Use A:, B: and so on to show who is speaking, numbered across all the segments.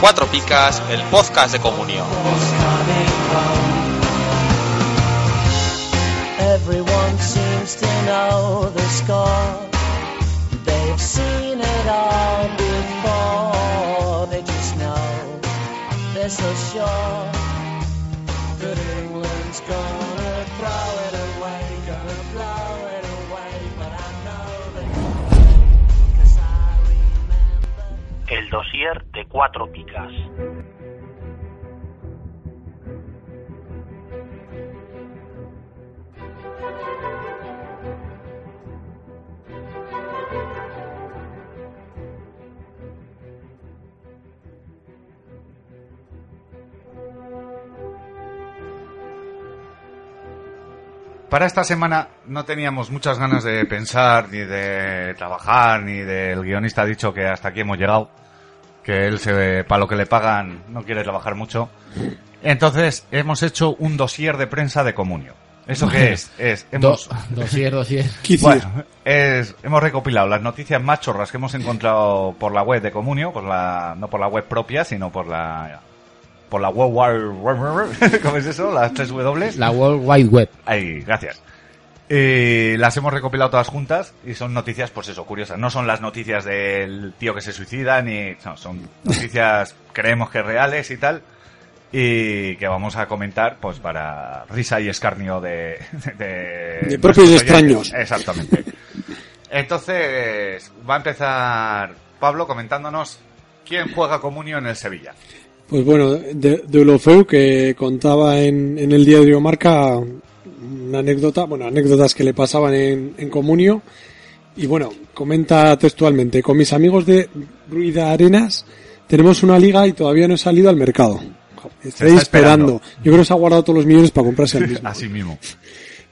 A: Cuatro Picas, el podcast de comunión.
B: Everyone seems to know the score. They've seen it all before. They just know they're so sure that England's gonna throw it away, gonna blow it away. But I know they cause I remember.
C: El dossier de cuatro picas.
D: Para esta semana no teníamos muchas ganas de pensar, ni de trabajar, ni del guionista ha dicho que hasta aquí hemos llegado, que él se, para lo que le pagan no quiere trabajar mucho. Entonces hemos hecho un dossier de prensa de comunio. ¿Eso qué es? Es, hemos,
E: Do- dosier, dosier.
D: bueno, es- hemos recopilado las noticias más chorras que hemos encontrado por la web de Comunio, por la, no por la web propia, sino por la por la web, web- ¿cómo es eso? Las tres W.
E: La World Wide Web.
D: Ahí, gracias. Eh, las hemos recopilado todas juntas y son noticias, pues eso, curiosas. No son las noticias del tío que se suicida, ni. No, son noticias creemos que reales y tal. Y que vamos a comentar, pues para risa y escarnio de. De,
F: De
D: nuestros
F: propios
D: oyentes.
F: extraños.
D: Exactamente. Entonces, va a empezar Pablo comentándonos quién juega Comunio en el Sevilla.
F: Pues bueno, de, de Ulofeu, que contaba en, en el diario Marca una anécdota, bueno, anécdotas que le pasaban en, en Comunio. Y bueno, comenta textualmente, con mis amigos de Ruida Arenas tenemos una liga y todavía no he salido al mercado. Estoy
D: esperando.
F: esperando. Yo creo que se ha guardado todos los millones para comprarse el mismo.
D: Así mismo.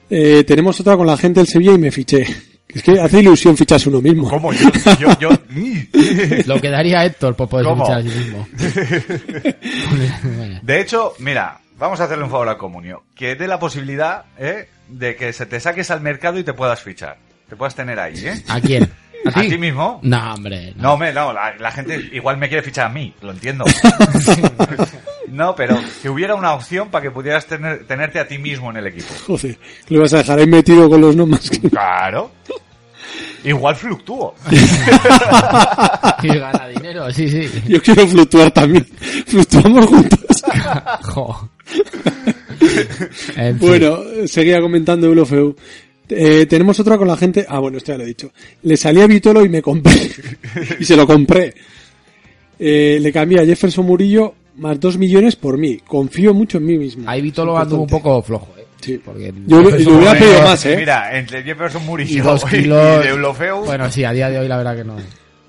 F: Eh, tenemos otra con la gente del Sevilla y me fiché. Es que hace ilusión ficharse uno mismo.
D: ¿Cómo? Yo, yo, yo.
E: Lo que daría Héctor por poder
D: ¿Cómo?
E: escuchar a sí mismo. Bueno,
D: De hecho, mira, vamos a hacerle un favor al comunio. Que dé la posibilidad ¿eh? de que se te saques al mercado y te puedas fichar. Te puedas tener ahí, ¿eh?
E: ¿A quién?
D: ¿A ti mismo?
E: No, hombre.
D: No, hombre, no, la, la gente igual me quiere fichar a mí, lo entiendo. No, pero que hubiera una opción para que pudieras tener, tenerte a ti mismo en el equipo.
F: Joder, lo vas a dejar ahí metido con los nombres.
D: Claro. Igual fluctúo.
E: Y gana dinero, sí, sí.
F: Yo quiero fluctuar también. Fluctuamos juntos.
E: Jo. En fin.
F: Bueno, seguía comentando Eulofeu. Eh, tenemos otra con la gente. Ah, bueno, esto ya lo he dicho. Le salí a Vitolo y me compré. y se lo compré. Eh, le cambié a Jefferson Murillo más dos millones por mí. Confío mucho en mí mismo.
E: Ahí Vitolo anduvo un
F: Importante.
E: poco flojo, eh.
F: Sí.
E: Porque
F: Yo lo- yo lo
E: Jefferson
F: hubiera pedido
E: Murillo
F: más, eh.
D: Mira, entre Jefferson
E: Y
D: Murillo
E: dos
D: y,
E: kilos.
D: Deulofeu,
E: Bueno, sí, a día de hoy la verdad que no.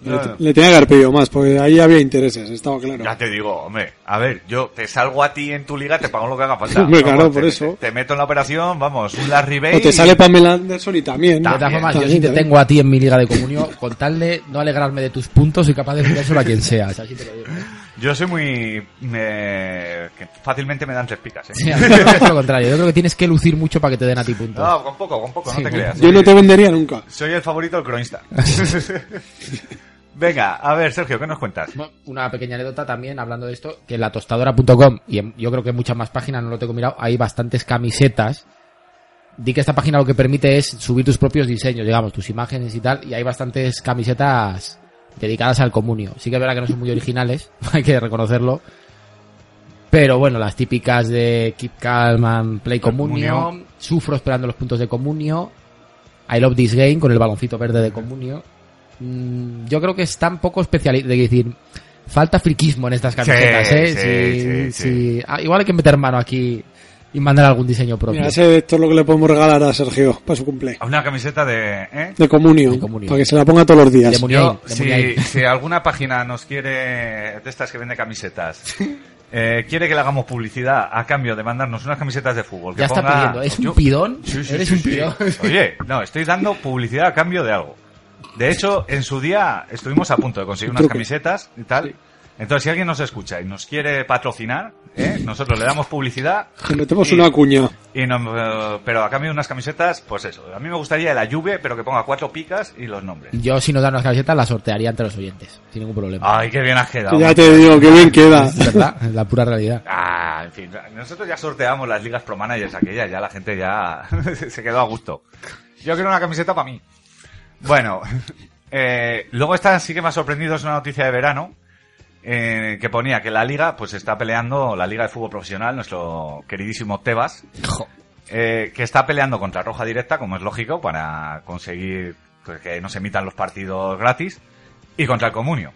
F: Le, le tenía que haber pedido más, porque ahí había intereses, estaba claro.
D: Ya te digo, hombre, a ver, yo te salgo a ti en tu liga, te pago lo que haga falta.
F: Hombre, claro,
D: Vamos,
F: por
D: te-
F: eso.
D: Te, te meto en la operación, vamos, un Larry Bay.
F: O te sale Pamela Anderson y también.
E: De todas formas, yo
F: También, ¿eh?
E: sí te
F: también.
E: tengo a ti en mi liga de comunión, con tal de no alegrarme de tus puntos, soy capaz de solo a quien sea. Así te lo digo. ¿eh?
D: Yo soy muy... eh, que fácilmente me dan tres picas, ¿eh?
E: Sí, a mí me parece lo contrario. Yo creo que tienes que lucir mucho para que te den a ti puntos.
D: No, con poco, con poco,
E: Sí,
D: no te
E: con
D: creas.
F: Yo no te vendería nunca.
D: Soy el favorito del cronista. Venga, a ver, Sergio, ¿qué nos cuentas?
E: Bueno, Una pequeña anécdota también hablando de esto, que en la tostadora.com, y en- yo creo que en muchas más páginas, no lo tengo mirado, hay bastantes camisetas. Di que esta página lo que permite es subir tus propios diseños, digamos, tus imágenes y tal, y hay bastantes camisetas dedicadas al comunio. Sí que es verdad que no son muy originales, hay que reconocerlo. Pero bueno, las típicas de Keep Calm and Play Comunio,
D: Comunio.
E: Sufro esperando los puntos de Comunio, I Love This Game con el baloncito verde de Comunio. Mm, Yo creo que están poco especializados. decir, Falta friquismo en estas camisetas,
D: Sí,
E: ¿eh?
D: sí,
E: Si-
D: sí,
E: si- ah, igual hay que meter mano aquí y mandar algún diseño propio.
F: Mira, ese esto es lo que le podemos regalar a Sergio para su cumpleaños.
D: Una camiseta de... ¿eh?
F: De comunio,
E: De comunio.
F: para que se la ponga todos los días.
E: De Muniain,
D: Yo,
E: de
D: si,
E: Muniain.
D: si alguna página nos quiere, de estas que vende camisetas, eh, quiere que le hagamos publicidad a cambio de mandarnos unas camisetas de fútbol. que
E: Ya está
D: ponga-
E: pidiendo. ¿Es un
D: Yo-
E: pidón?
D: Sí, sí,
E: Eres
D: sí,
E: un
D: sí.
E: pidón.
D: Oye, no, estoy dando publicidad a cambio de algo. De hecho, en su día estuvimos a punto de conseguir
F: Un
D: unas
F: truco.
D: camisetas y tal. Entonces, si alguien nos escucha y nos quiere patrocinar, ¿eh? nosotros le damos publicidad
F: Le metemos
D: Y-
F: una cuña.
D: y no, eh, pero a cambio de unas camisetas, pues eso. A mí me gustaría la lluvia, pero que ponga cuatro picas y los nombres.
E: Yo, si nos dan unas camisetas, las sortearía entre los oyentes, sin ningún problema.
D: Ay, qué bien has quedado.
F: Ya te digo, que bien queda.
E: Es ¿Verdad? Es la pura realidad.
D: Ah, en fin, nosotros ya sorteamos las ligas pro managers aquellas, ya la gente ya se quedó a gusto. Yo quiero una camiseta para mí. Bueno, eh, luego esta sí que me ha sorprendido, es una noticia de verano, eh, que ponía que la liga, pues está peleando, la liga de fútbol profesional, nuestro queridísimo Tebas, eh, que está peleando contra Roja Directa, como es lógico, para conseguir pues, que no se emitan los partidos gratis, y contra el Comunio.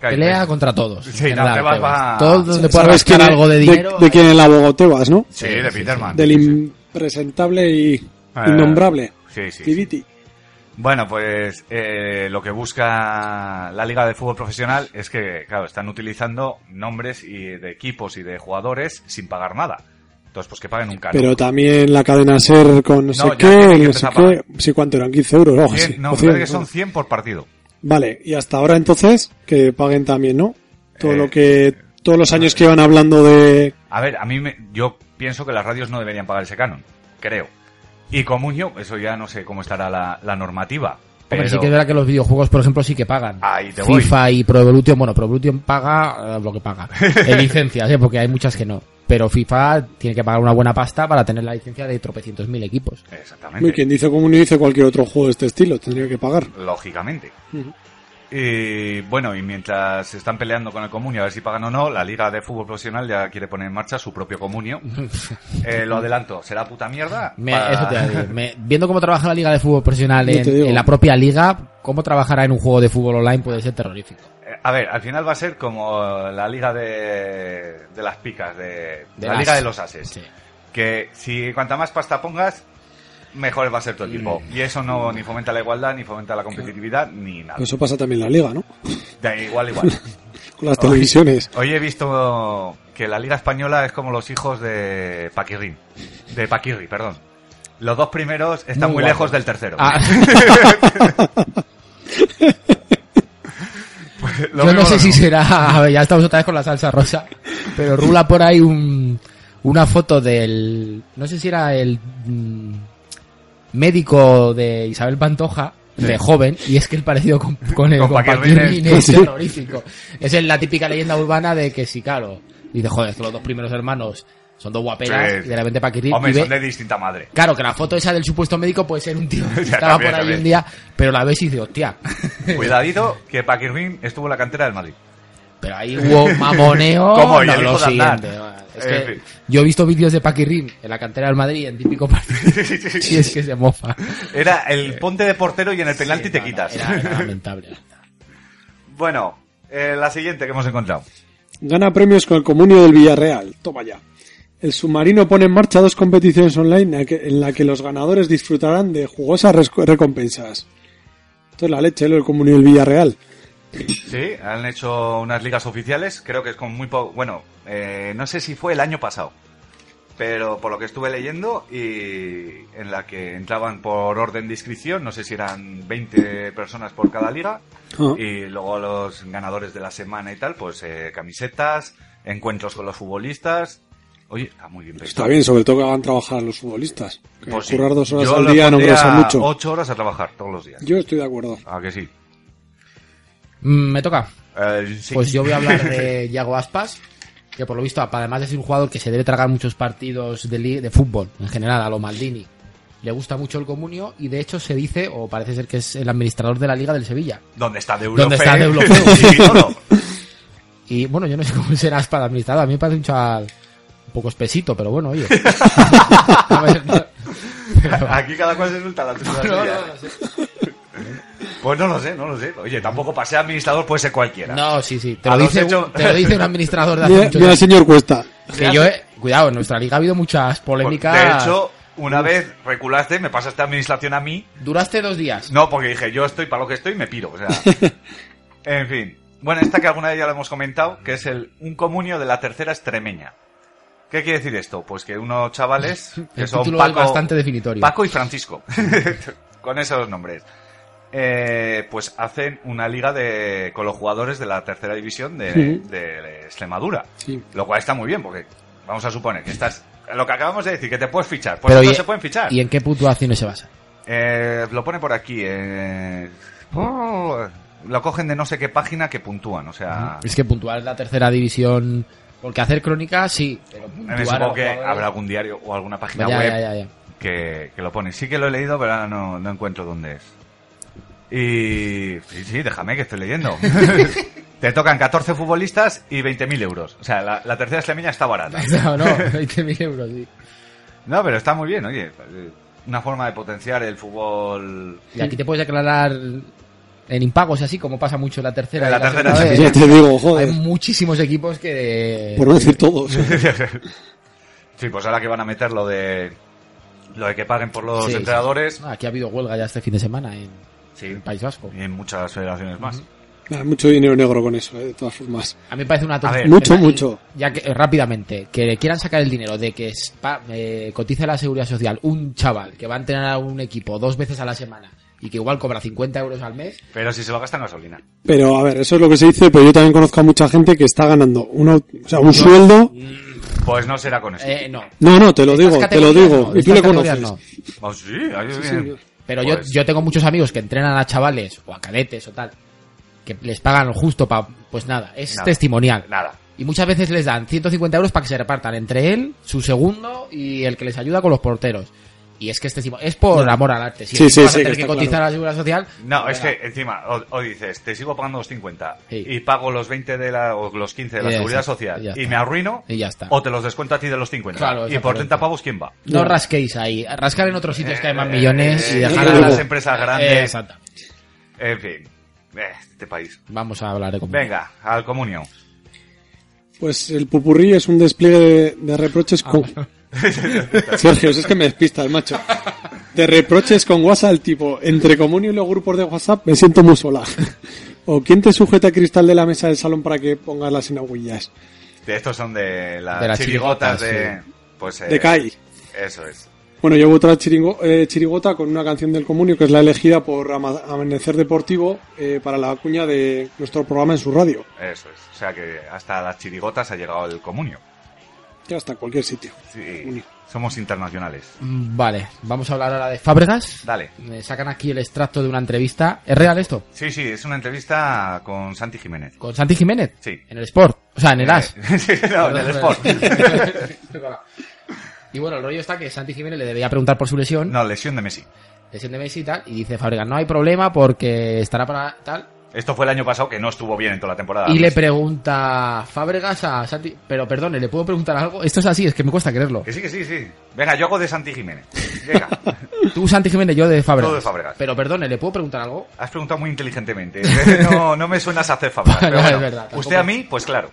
E: Pelea contra todos.
D: Sí,
E: en
D: no, Tebas va-
E: Todo donde pueda
F: ¿Sabes
E: rascar
F: quién es-
E: algo de dinero.
F: De, quién es el abogado Tebas, ¿no?
D: Ah, Sí, de Peterman. Eh,
F: Del impresentable y innombrable.
D: Sí, sí, sí.
F: Tiriti.
D: Bueno, pues eh, lo que busca la Liga de Fútbol Profesional es que, claro, están utilizando nombres y de equipos y de jugadores sin pagar nada. Entonces, pues que paguen un caro.
F: Pero también la cadena SER con no sé
D: ya tiene que
F: qué, no sé
D: empezar a
F: qué.
D: pagar.
F: Sí, ¿cuánto eran? 15 euros. ojo,
D: Cien-
F: sí,
D: no,
F: o
D: creo
F: 100,
D: que son
F: ¿no?
D: 100 por partido.
F: Vale, y hasta ahora entonces, que paguen también, ¿no? Todo
D: Eh,
F: lo que, todos los años que van hablando de...
D: A ver, a mí me- yo pienso que las radios no deberían pagar ese canon, creo. Y Comunio, eso ya no sé cómo estará la, la normativa. Pero
E: Hombre, sí que es verdad que los videojuegos, por ejemplo, sí que pagan.
D: Ahí te voy.
E: FIFA y Pro Evolution, bueno, Pro Evolution paga eh, lo que paga. En licencias, ¿eh? porque hay muchas que no. Pero FIFA tiene que pagar una buena pasta para tener la licencia de tropecientos mil equipos.
D: Exactamente.
F: Quien dice comunio dice cualquier otro juego de este estilo, tendría que pagar.
D: lógicamente.
F: Ujú.
D: Y Eh, bueno, y mientras se están peleando con el comunio a ver si pagan o no, la Liga de Fútbol Profesional ya quiere poner en marcha su propio comunio. Eh, lo adelanto, será puta mierda.
E: Me-
D: para-
E: eso te iba a decir. Me- viendo cómo trabaja la liga de fútbol profesional
F: Yo
E: en,
F: te digo.
E: en la propia liga, cómo trabajará en un juego de fútbol online puede ser terrorífico.
D: Eh, a ver, al final va a ser como la Liga de, de las picas, de,
E: De
D: la
E: las-
D: Liga de los Ases.
E: Sí.
D: Que si cuanta más pasta pongas, mejor va a ser tu equipo.
E: Mm.
D: Y eso no ni fomenta la igualdad, ni fomenta la competitividad, ni nada.
F: Pero eso pasa también en la liga, ¿no?
D: Da igual, igual.
F: Con las televisiones.
D: Hoy he visto que la Liga Española es como los hijos de Paquirri. De Paquirri, perdón. Los dos primeros están
E: Muy
D: muy, lejos
E: guapos.
D: del tercero.
E: Ah,
D: Lo
E: yo no
D: mismo,
E: sé
D: lo
E: si
D: mismo.
E: será, a ver, ya estamos otra vez con la salsa rosa, pero rula por ahí un, una foto del, no sé si era el mm, médico de Isabel Pantoja, de joven, y es que el parecido con, con el
D: Con
E: con
D: Paquirrín
E: Paquirrín
D: es-
E: es terrorífico. Es el- la típica leyenda urbana de que si, claro, dice, joder, es que los dos primeros hermanos son dos guaperas,
D: Sí.
E: y de repente Paquirrín
D: Hombre,
E: y ve-
D: son de distinta madre.
E: Claro, que la foto esa del supuesto médico puede ser un tío que
D: Ya,
E: estaba
D: también,
E: por ahí
D: también.
E: un día, pero la ves y dices, hostia.
D: Cuidadito que Paquirri estuvo en la cantera del Madrid.
E: Pero ahí hubo un mamoneo.
D: ¿Cómo? Y
E: No,
D: el
E: lo
D: hijo de
E: siguiente.
D: Aznar.
E: Es que
D: En fin.
E: yo he visto vídeos de Paquirrín en la cantera del Madrid en típico partido. y es que se mofa.
D: Era el ponte de portero y en el penalti
E: Sí,
D: te
E: no, no,
D: quitas.
E: Era, era lamentable.
D: bueno, eh, la siguiente que hemos encontrado.
F: Gana premios con el comunio del Villarreal. Toma ya. El submarino pone en marcha dos competiciones online en la que- en la que los ganadores disfrutarán de jugosas res- recompensas. Esto es la leche, ¿eh? lo del comunio del Villarreal.
D: Sí, han hecho unas ligas oficiales, creo que es con muy poco... Bueno, eh, no sé si fue el año pasado, pero por lo que estuve leyendo, y en la que entraban por orden de inscripción, no sé si eran 20 personas por cada liga,
F: Ah.
D: y luego los ganadores de la semana y tal, pues eh, camisetas, encuentros con los futbolistas... Oye, está muy bien
F: Está
D: pensado.
F: bien, sobre todo que hagan trabajar a los futbolistas. Que
D: Pues sí.
F: currar dos horas
D: Yo
F: al
D: los
F: día no
D: pondría
F: grasa mucho.
D: ocho horas a trabajar todos los días.
F: Yo estoy de acuerdo.
D: Ah, que sí.
E: Mm, Me toca.
D: Eh, sí.
E: Pues yo voy a hablar de Yago Aspas, que por lo visto, además de ser un jugador que se debe tragar muchos partidos de, li- de fútbol, en general, a lo Maldini, le gusta mucho el comunio y de hecho se dice, o parece ser que es el administrador de la Liga del Sevilla.
D: ¿Dónde está de
E: ¿Dónde está de Eurofeo?
D: Sí, todo.
E: Y bueno, yo no sé cómo será para administrador. A mí me parece un chaval un poco espesito, pero bueno, oye. A ver, no. Pero-
D: Aquí cada cual se suelta la tuya.
E: no, no, no sé.
D: Pues no lo sé, no lo sé. Oye, tampoco para ser administrador puede ser cualquiera.
E: No, sí, sí. Te
D: A
E: lo,
D: los
E: dice,
D: hechos-
E: un- te lo dice un administrador de hace
F: Mira,
E: mucho
F: mira,
E: tiempo.
F: señor Cuesta.
E: Que yo he- cuidado, en nuestra liga ha habido muchas polémicas.
D: De hecho, una vez reculaste, me pasaste administración a mí.
E: duraste dos días.
D: No, porque dije, yo estoy para lo que estoy y me piro. O sea. en fin. Bueno, esta que alguna vez ya lo hemos comentado, que es el un comunio de la tercera extremeña. ¿Qué quiere decir esto? Pues que unos chavales que
E: El
D: son
E: título
D: Paco,
E: es bastante definitorio.
D: Paco y Francisco, con esos nombres, eh, pues hacen una liga de, con los jugadores de la tercera división de,
F: Sí.
D: de Extremadura.
F: Sí.
D: Lo cual está muy bien, porque vamos a suponer que estás. Lo que acabamos de decir, que te puedes fichar. Pues
E: Pero
D: no
E: y-
D: se pueden fichar.
E: ¿Y en qué puntuaciones se basa?
D: Eh, lo pone por aquí. eh, oh, lo cogen de no sé qué página que puntúan, o sea.
E: Es que puntuar la tercera división. Porque hacer crónica, sí. Pero
D: me
E: puntuar.
D: supongo
E: a
D: que
E: jugadores-
D: habrá algún diario o alguna página
E: Ya, ya,
D: web
E: ya, ya.
D: Que, que lo pone. Sí que lo he leído, pero ahora no, no encuentro dónde es. Y. Sí, sí, déjame que estoy leyendo. Te tocan 14 futbolistas y 20.000 euros. O sea, la, la tercera extremeña está barata.
E: No, no, 20.000 euros, sí.
D: No, pero está muy bien, oye. eh, Una forma de potenciar el fútbol.
E: Y aquí te puedes declarar en impagos, así como pasa mucho en la tercera.
D: En
E: y
D: la tercera
E: segunda
D: Eh,
F: ya
E: vez.
F: te digo, joder.
E: Hay muchísimos equipos que.
F: Por no decir todos.
D: Sí, pues ahora que van a meter lo de. Lo de que paguen por los
E: Sí, sí.
D: entrenadores.
E: No, Ah, aquí ha habido huelga ya este fin de semana en,
D: Sí.
E: en País Vasco.
D: Y en muchas federaciones más.
F: Nah, mucho dinero negro con eso, eh, de todas formas.
E: A mí me parece una
D: A ver.
F: Mucho,
E: Eh,
F: mucho.
E: Ya que eh, rápidamente, que le quieran sacar el dinero de que es pa- eh, cotice la seguridad social un chaval que va a entrenar a un equipo dos veces a la semana y que igual cobra 50 euros al mes,
D: Pero si se lo gastan gasolina.
F: Pero a ver, eso es lo que se dice, pero yo también conozco a mucha gente que está ganando una, o sea, un sueldo.
D: Pues no será con eso.
E: eh, no.
F: No, no, te lo digo,
E: Estas
F: te lo
E: categorías
F: digo.
E: no,
F: y tú
E: estas
F: le
E: categorías
F: conoces.
E: no.
D: Ah, sí, ahí
F: Sí,
D: viene.
F: sí.
E: Pero yo,
D: Pues-
E: yo tengo muchos amigos que entrenan a chavales o a cadetes o tal, que les pagan lo justo para... Pues nada, es
D: Nada.
E: testimonial.
D: Nada.
E: Y muchas veces les dan 150 euros para que se repartan entre él, su segundo y el que les ayuda con los porteros. Y es que este tipo- es por amor al arte. Si
F: Sí,
E: encima
F: sí,
E: vas a
F: sí, que
E: tener que,
F: está
E: cotizar
F: claro.
E: a la seguridad social.
D: No,
E: pues
D: es
E: venga.
D: que encima, o, o dices, te sigo pagando los 50
E: Sí.
D: y pago los 20 de la, o los 15 de la
E: Y ya
D: seguridad
E: está,
D: social
E: y ya
D: y,
E: está.
D: me arruino,
E: Y ya está.
D: o te los descuento a ti de los 50.
E: Claro,
D: y por
E: exactamente.
D: 30 pavos, ¿quién va?
E: No rasquéis ahí. Rascar en otros sitios que hay más millones
D: Eh,
E: y
D: eh,
E: dejar
D: a
F: algo.
D: las empresas grandes.
E: Eh, exactamente.
D: En fin, Eh, este país.
E: Vamos a hablar de comunidad.
D: Venga, al comunio.
F: Pues el pupurrí es un despliegue de, de reproches con...
E: Ah.
F: Sergio, eso es que me despistas, macho. De reproches con WhatsApp, el tipo, entre comunio y los grupos de WhatsApp me siento muy sola. O quién te sujeta el cristal de la mesa del salón para que pongas las inaguillas.
D: De estos son de las,
E: De las
D: chirigotas,
E: chirigotas,
D: de. Pues, eh,
F: De Kai.
D: Eso es.
F: Bueno, llevo otra chiringo- eh, chirigota con una canción del comunio que es la elegida por Ama- Amanecer Deportivo eh, para la cuña de nuestro programa en su radio.
D: Eso es. O sea que hasta las chirigotas ha llegado el comunio.
F: Ya hasta cualquier sitio.
D: Sí, somos internacionales.
E: Mm, Vale, vamos a hablar ahora de Fábregas.
D: Dale.
E: Me sacan aquí el extracto de una entrevista. ¿Es real esto?
D: Sí, sí, es una entrevista con Santi Jiménez.
E: Con Santi Jiménez.
D: Sí.
E: En el Sport. O sea, en el As.
D: Sí, no, en el Sport.
E: y bueno, el rollo está que Santi Jiménez le debía preguntar por su lesión,
D: No, lesión de Messi.
E: lesión de Messi y tal, y dice Fábregas, no hay problema porque estará para tal.
D: Esto fue el año pasado que no estuvo bien en toda la temporada.
E: Y le pregunta Fábregas a Santi, pero perdone, ¿le puedo preguntar algo? Esto es así, es que me cuesta creerlo.
D: Que sí, que sí, sí. Venga, yo hago de Santi Jiménez. Venga.
E: Tú, Santi Jiménez, yo de Fábregas.
D: Todo de Fábregas.
E: Pero perdone, ¿le puedo preguntar algo?
D: Has preguntado muy inteligentemente. No, no me suenas a hacer fama. Pero
E: No,
D: bueno,
E: es verdad, tampoco.
D: usted a mí, pues claro.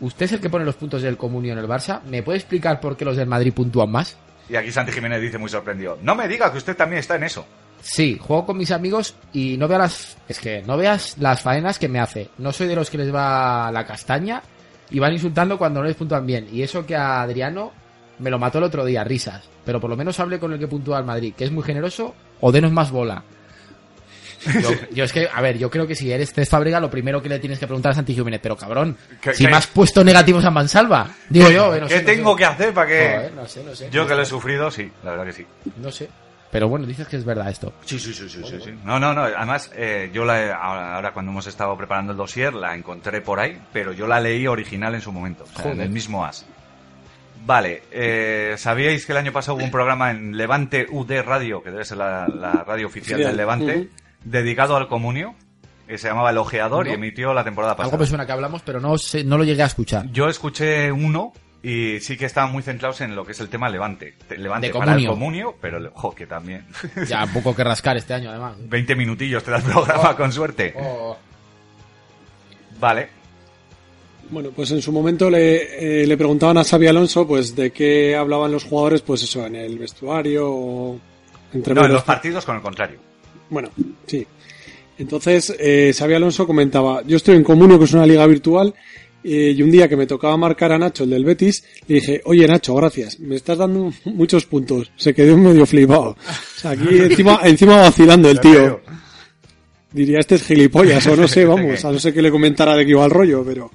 E: ¿Usted es el que pone los puntos del comunio en el Barça? ¿Me puede explicar por qué los del Madrid puntúan más?
D: Y aquí Santi Jiménez dice muy sorprendido. No me diga que usted también está en eso.
E: Sí, juego con mis amigos y no veo las. Es que no veas las faenas que me hace. No soy de los que les va la castaña y van insultando cuando no les puntúan bien. Y eso que a Adriano me lo mató el otro día, risas. Pero por lo menos hable con el que puntúa al Madrid, que es muy generoso, o denos más bola. Yo, yo es que, a ver, yo creo que si eres Cés Fábrega, lo primero que le tienes que preguntar a Santi Jiménez, pero cabrón,
D: ¿Qué-
E: si
D: qué-
E: me has puesto negativos a Mansalva, digo yo, eh, no
D: ¿Qué
E: sé, no
D: tengo
E: sé.
D: que hacer para que.?
E: Joder, no sé, no sé.
D: Yo que lo he sufrido, sí, la verdad que sí.
E: No sé. Pero bueno, dices que es verdad esto.
D: Sí, sí, sí, sí, sí, sí. No, no, no. Además, eh, yo la, he- ahora, ahora cuando hemos estado preparando el dossier la encontré por ahí, pero yo la leí original en su momento, o sea, en
E: Joder.
D: el mismo AS. Vale, eh, ¿sabíais que el año pasado hubo un programa en Levante UD Radio, que debe ser la, la radio oficial
F: Oficial,
D: del Levante,
F: ujú.
D: dedicado al comunio? Que se llamaba El Ojeador y
E: No.
D: emitió la temporada
E: Algo me
D: pasada.
E: suena que hablamos, pero no sé, no lo llegué a escuchar.
D: Yo escuché uno Y sí que estaban muy centrados en lo que es el tema Levante. Te- Levante
E: De
D: para el
E: comunio.
D: comunio, pero le- jo, que también.
E: Ya, un poco que rascar este año, además.
D: 20 minutillos te da el programa, con suerte.
E: Oh,
D: Vale.
F: Bueno, pues en su momento le, eh, le preguntaban a Xavi Alonso, pues de qué hablaban los jugadores, pues eso, en el vestuario o entre
D: No, en
F: medios.
D: los partidos con el contrario.
F: Bueno, sí. Entonces, eh, Xabi Alonso comentaba, yo estoy en Comunio, que es una liga virtual, eh, y un día que me tocaba marcar a Nacho, el del Betis, le dije, oye Nacho, gracias, me estás dando muchos puntos. Se quedó medio flipado. O sea, aquí encima, encima vacilando el tío. Diría, este es gilipollas, o no sé, vamos, a no ser que le comentara de que iba al rollo, pero...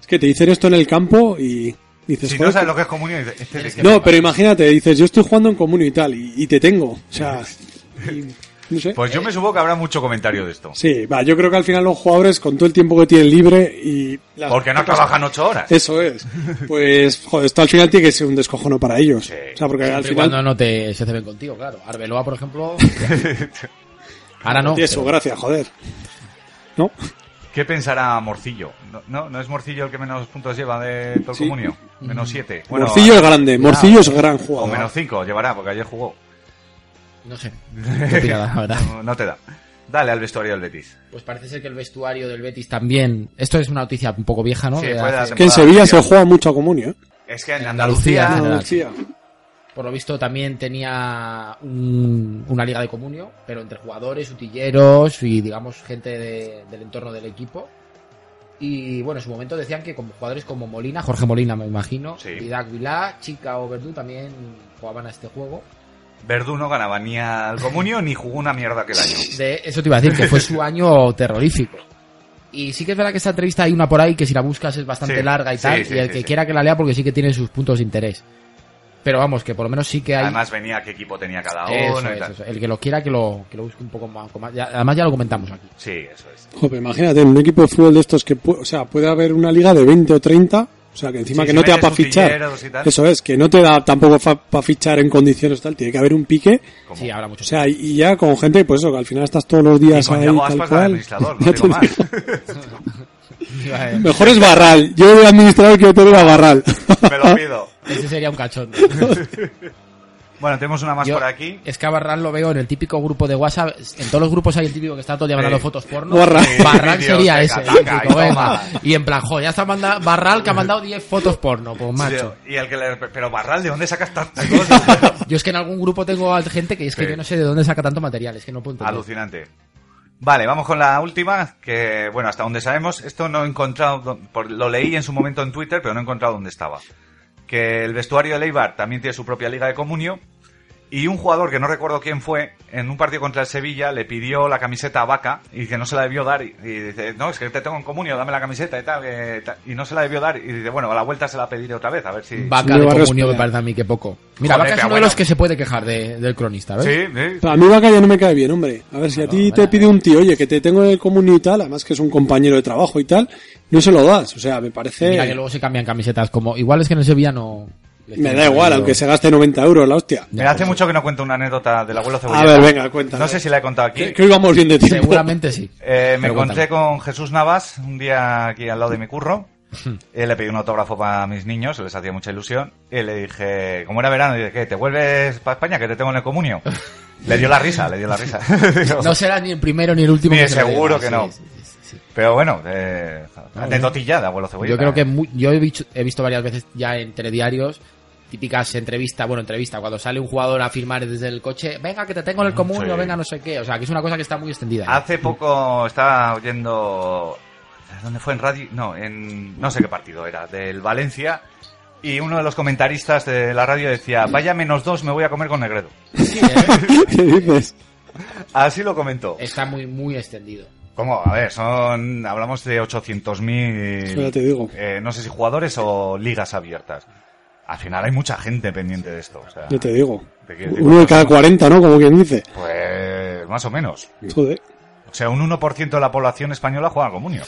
F: Es que te dicen esto en el campo y dices...
D: Si no
F: "Joder,
D: sabes lo que es comunio, dices, este de qué
F: no,
D: me
F: pero imagínate, dices, yo estoy jugando en Comunio y tal, y, y te tengo. O sea, y- no sé.
D: pasa? Pues yo me supongo que habrá mucho comentario de esto.
F: Sí, va, yo creo que al final los jugadores con todo el tiempo que tienen libre y... las-
D: Porque no trabajan ocho horas.
F: Eso es. Pues, joder, esto al final tiene que ser un descojono para ellos.
D: Sí.
F: O sea, porque al
E: siempre y
F: final...
E: cuando no te se ceben contigo, claro. Arbeloa, por ejemplo. Ahora no.
F: Tiene su
E: pero-
F: gracia, joder. ¿No?
D: ¿Qué pensará Morcillo? No, no, ¿no es Morcillo el que menos puntos lleva de todo el
F: Sí.
D: comunio. Menos siete.
F: Morcillo es grande, Morcillo es gran
D: o
F: jugador.
D: menos cinco llevará, porque ayer jugó.
E: No sé. Qué tirada, la verdad.
D: No, no te da. Dale al vestuario del Betis.
E: Pues parece ser que el vestuario del Betis también. Esto es una noticia un poco vieja, ¿no?
D: Sí,
E: De
D: fue de la
E: hace-
F: Que en Sevilla se juega mucho a Comunio, ¿eh?
D: Es que en
E: En
D: Andalucía,
E: Andalucía, ¿no?
F: Andalucía.
E: Por lo visto también tenía un- una liga de comunio, pero entre jugadores, utilleros y digamos gente de- del entorno del equipo. Y bueno, en su momento decían que como jugadores como Molina, Jorge Molina me imagino,
D: Sí.
E: y Dagvilá, Chica o Verdú también jugaban a este juego.
D: Verdú no ganaba ni al comunio ni jugó una mierda aquel año.
E: De, eso te iba a decir, que fue su año terrorífico. Y sí que es verdad que esta entrevista hay una por ahí que si la buscas es bastante
D: Sí,
E: larga y
D: sí,
E: tal,
D: sí,
E: y el
D: sí,
E: que
D: sí.
E: quiera que la lea porque sí que tiene sus puntos de interés. Pero vamos, que por lo menos sí que hay...
D: Además venía qué equipo tenía cada
E: Eso
D: uno y
E: es,
D: tal.
E: eso es. El que lo quiera que lo, que lo busque un poco más. con más- ya- además ya lo comentamos aquí.
D: Sí, eso es.
F: Joder, imagínate, en un equipo de fútbol de estos que, pu- o sea, puede haber una liga de 20 o 30, o sea, que encima
D: Sí,
F: que
D: si
F: no te da
D: metes
F: para fichar.
D: utilleros y tal.
F: Eso es, que no te da tampoco para fichar en condiciones tal, tiene que haber un pique
D: Como-
E: Sí, habrá mucho.
F: O sea, y- y ya con gente, pues eso, que al final estás todos los días
D: Y con
F: ahí,
D: Yago
F: tal
D: Aspas de
F: cual.
D: administrador, no
F: Ya
D: digo
F: te
D: más.
F: digo.
E: Ese
F: Mejor es Barral. Yo de administrador quiero tener a Barral.
D: Me lo pido.
E: sería un cachón.
D: Bueno, tenemos una más por aquí.
E: Es que a Barral lo veo en el típico grupo de WhatsApp. En todos los grupos hay el típico que está todo el día mandando
D: Sí.
E: fotos porno.
F: Barral.
E: Barral
D: Dios,
E: sería
D: venga,
E: ese. el
D: taca,
E: típico,
D: y
E: venga.
D: toma.
E: Y en plan, jo, ya está mandando Barral que ha mandado 10 fotos porno, pues macho.
D: Sí, Y el que le- Pero Barral, ¿de dónde sacas tantas cosas?
E: Yo es que en algún grupo tengo a gente que es que
D: Sí.
E: yo no sé de dónde saca tanto material, es que no puedo entender.
D: Alucinante. Vale, vamos con la última, que bueno, hasta donde sabemos, esto no he encontrado, do- por- lo leí en su momento en Twitter, pero no he encontrado dónde estaba. Que el vestuario de Leibar también tiene su propia liga de comunio, y un jugador que no recuerdo quién fue, en un partido contra el Sevilla, le pidió la camiseta a Vaca, y que no se la debió dar, y, y dice, no, es que te tengo en comunio, dame la camiseta y tal, que tal", y no se la debió dar, y dice, bueno, a la vuelta se la pediré otra vez, a ver si...
E: Vaca
F: Me
E: de
F: va a
E: comunión
F: respirar.
E: me parece a mí que poco. Mira,
D: Joder, pero
E: Vaca es uno de
D: bueno.
E: los que se puede quejar de- del cronista, ¿ves?
D: Sí, sí.
F: Pero a mí Vaca ya no me cae bien, hombre. A ver, si a
E: Claro,
F: ti te
E: bueno,
F: pide un tío, oye, que te tengo en el comunio y tal, además que es un compañero de trabajo y tal, no se lo das. O sea, me parece...
E: Mira que luego se cambian camisetas como igual es que en el Sevilla no les
F: Me
E: tienen
F: da igual,
E: prohibido.
F: aunque se gaste 90 euros la hostia.
D: Me hace mucho que no cuento una anécdota del abuelo
F: pues. A
D: cebolleta.
F: ver, venga, cuéntame.
D: No sé si la he contado aquí.
F: Que, que hoy vamos bien de tiempo.
E: seguramente sí.
D: Eh, me
E: Pero cuéntame.
D: encontré con Jesús Navas un día aquí al lado de mi curro. Eh, le pedí un autógrafo para mis niños, se les hacía mucha ilusión. Y le dije, como era verano, le dije, ¿qué? ¿Te vuelves para España? Que te tengo en el comunio. Le dio la risa, le dio la risa. Digo,
E: No será ni el primero ni el último.
D: Ni
E: que se lo
D: seguro
E: diga.
D: que no.
E: Sí, sí, sí, sí.
D: Pero bueno, eh, anecdotilla de abuelo cebolleta.
E: Yo creo que mu- yo he, dicho- he visto varias veces ya entre diarios típicas entrevistas, bueno, entrevista cuando sale un jugador a firmar desde el coche, venga que te tengo en el comunio,
D: Mm, Sí. Ah,
E: venga no sé qué, o sea, que es una cosa que está muy extendida. ¿eh?
D: Hace poco estaba oyendo. ¿Dónde fue? En radio. No, en. No sé qué partido era. Del Valencia. Y uno de los comentaristas de la radio decía: Vaya menos dos, me voy a comer con Negredo.
E: Sí, ¿eh?
F: ¿Qué dices?
D: Así lo comentó.
E: está muy muy extendido.
D: ¿Cómo? A ver, son. Hablamos de
F: Ya
D: 800.000.
F: te digo.
D: eh, no sé si jugadores o ligas abiertas. Al final hay mucha gente pendiente de esto. o sea,
F: Ya te digo.
D: te quiero decir,
F: Uno de cada 40, ¿no? Como quien dice.
D: Pues. Más o menos.
F: Joder.
D: O sea, un 1% de la población española juega al comunio.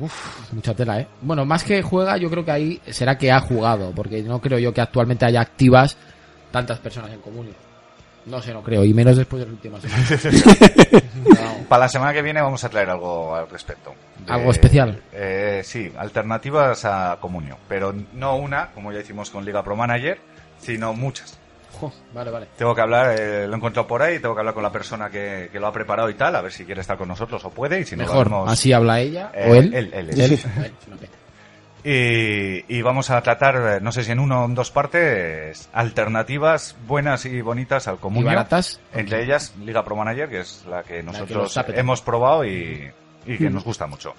E: Uf, mucha tela, ¿eh? Bueno, más que juega, yo creo que ahí será que ha jugado, porque no creo yo que actualmente haya activas tantas personas en común. No sé, no creo, y menos después de las últimas semanas. No.
D: para la semana que viene vamos a traer algo al respecto.
E: ¿Algo especial?
D: eh, sí, alternativas a Comunio. Pero no una, como ya hicimos con Liga Pro Manager, sino muchas.
E: Jo, vale, vale.
D: Tengo que hablar, eh, lo he encontrado por ahí, tengo que hablar con la persona que, que lo ha preparado y tal, a ver si quiere estar con nosotros o puede. Y si no,
E: Mejor,
D: vamos-
E: así habla ella
D: Eh,
E: o él.
D: él, él, él.
E: Bueno, es una pena.
D: Y, y vamos a tratar, eh, no sé si en una o en dos partes, alternativas buenas y bonitas al
E: ¿Y
D: común.
E: baratas?
D: Entre ellas, Liga Pro Manager, que es la que nosotros
E: nos Mm. apetece.
D: hemos probado y, y que nos gusta mucho.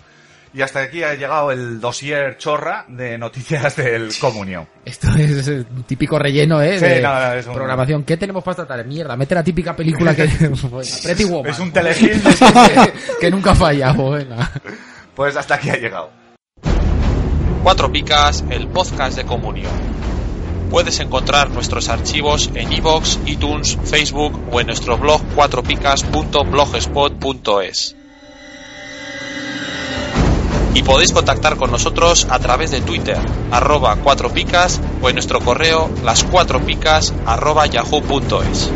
D: Y hasta aquí ha llegado el dossier chorra de noticias del Comunio.
E: Esto es eh, típico relleno, ¿eh?
D: Sí,
E: de
D: no, no, es un-
E: programación. ¿Qué tenemos para tratar? Mierda, mete la típica película que... Venga, Pretty Woman.
D: Es un telefilm,
E: que nunca falla, pues venga.
D: pues hasta aquí ha llegado.
A: Cuatro Picas, el podcast de Comunio. Puedes encontrar nuestros archivos en iVoox, iTunes, Facebook o en nuestro blog cuatropicas.blogspot.es. Y podéis contactar con nosotros a través de Twitter, arroba cuatro picas o en nuestro correo las cuatro picas arroba yahoo.es.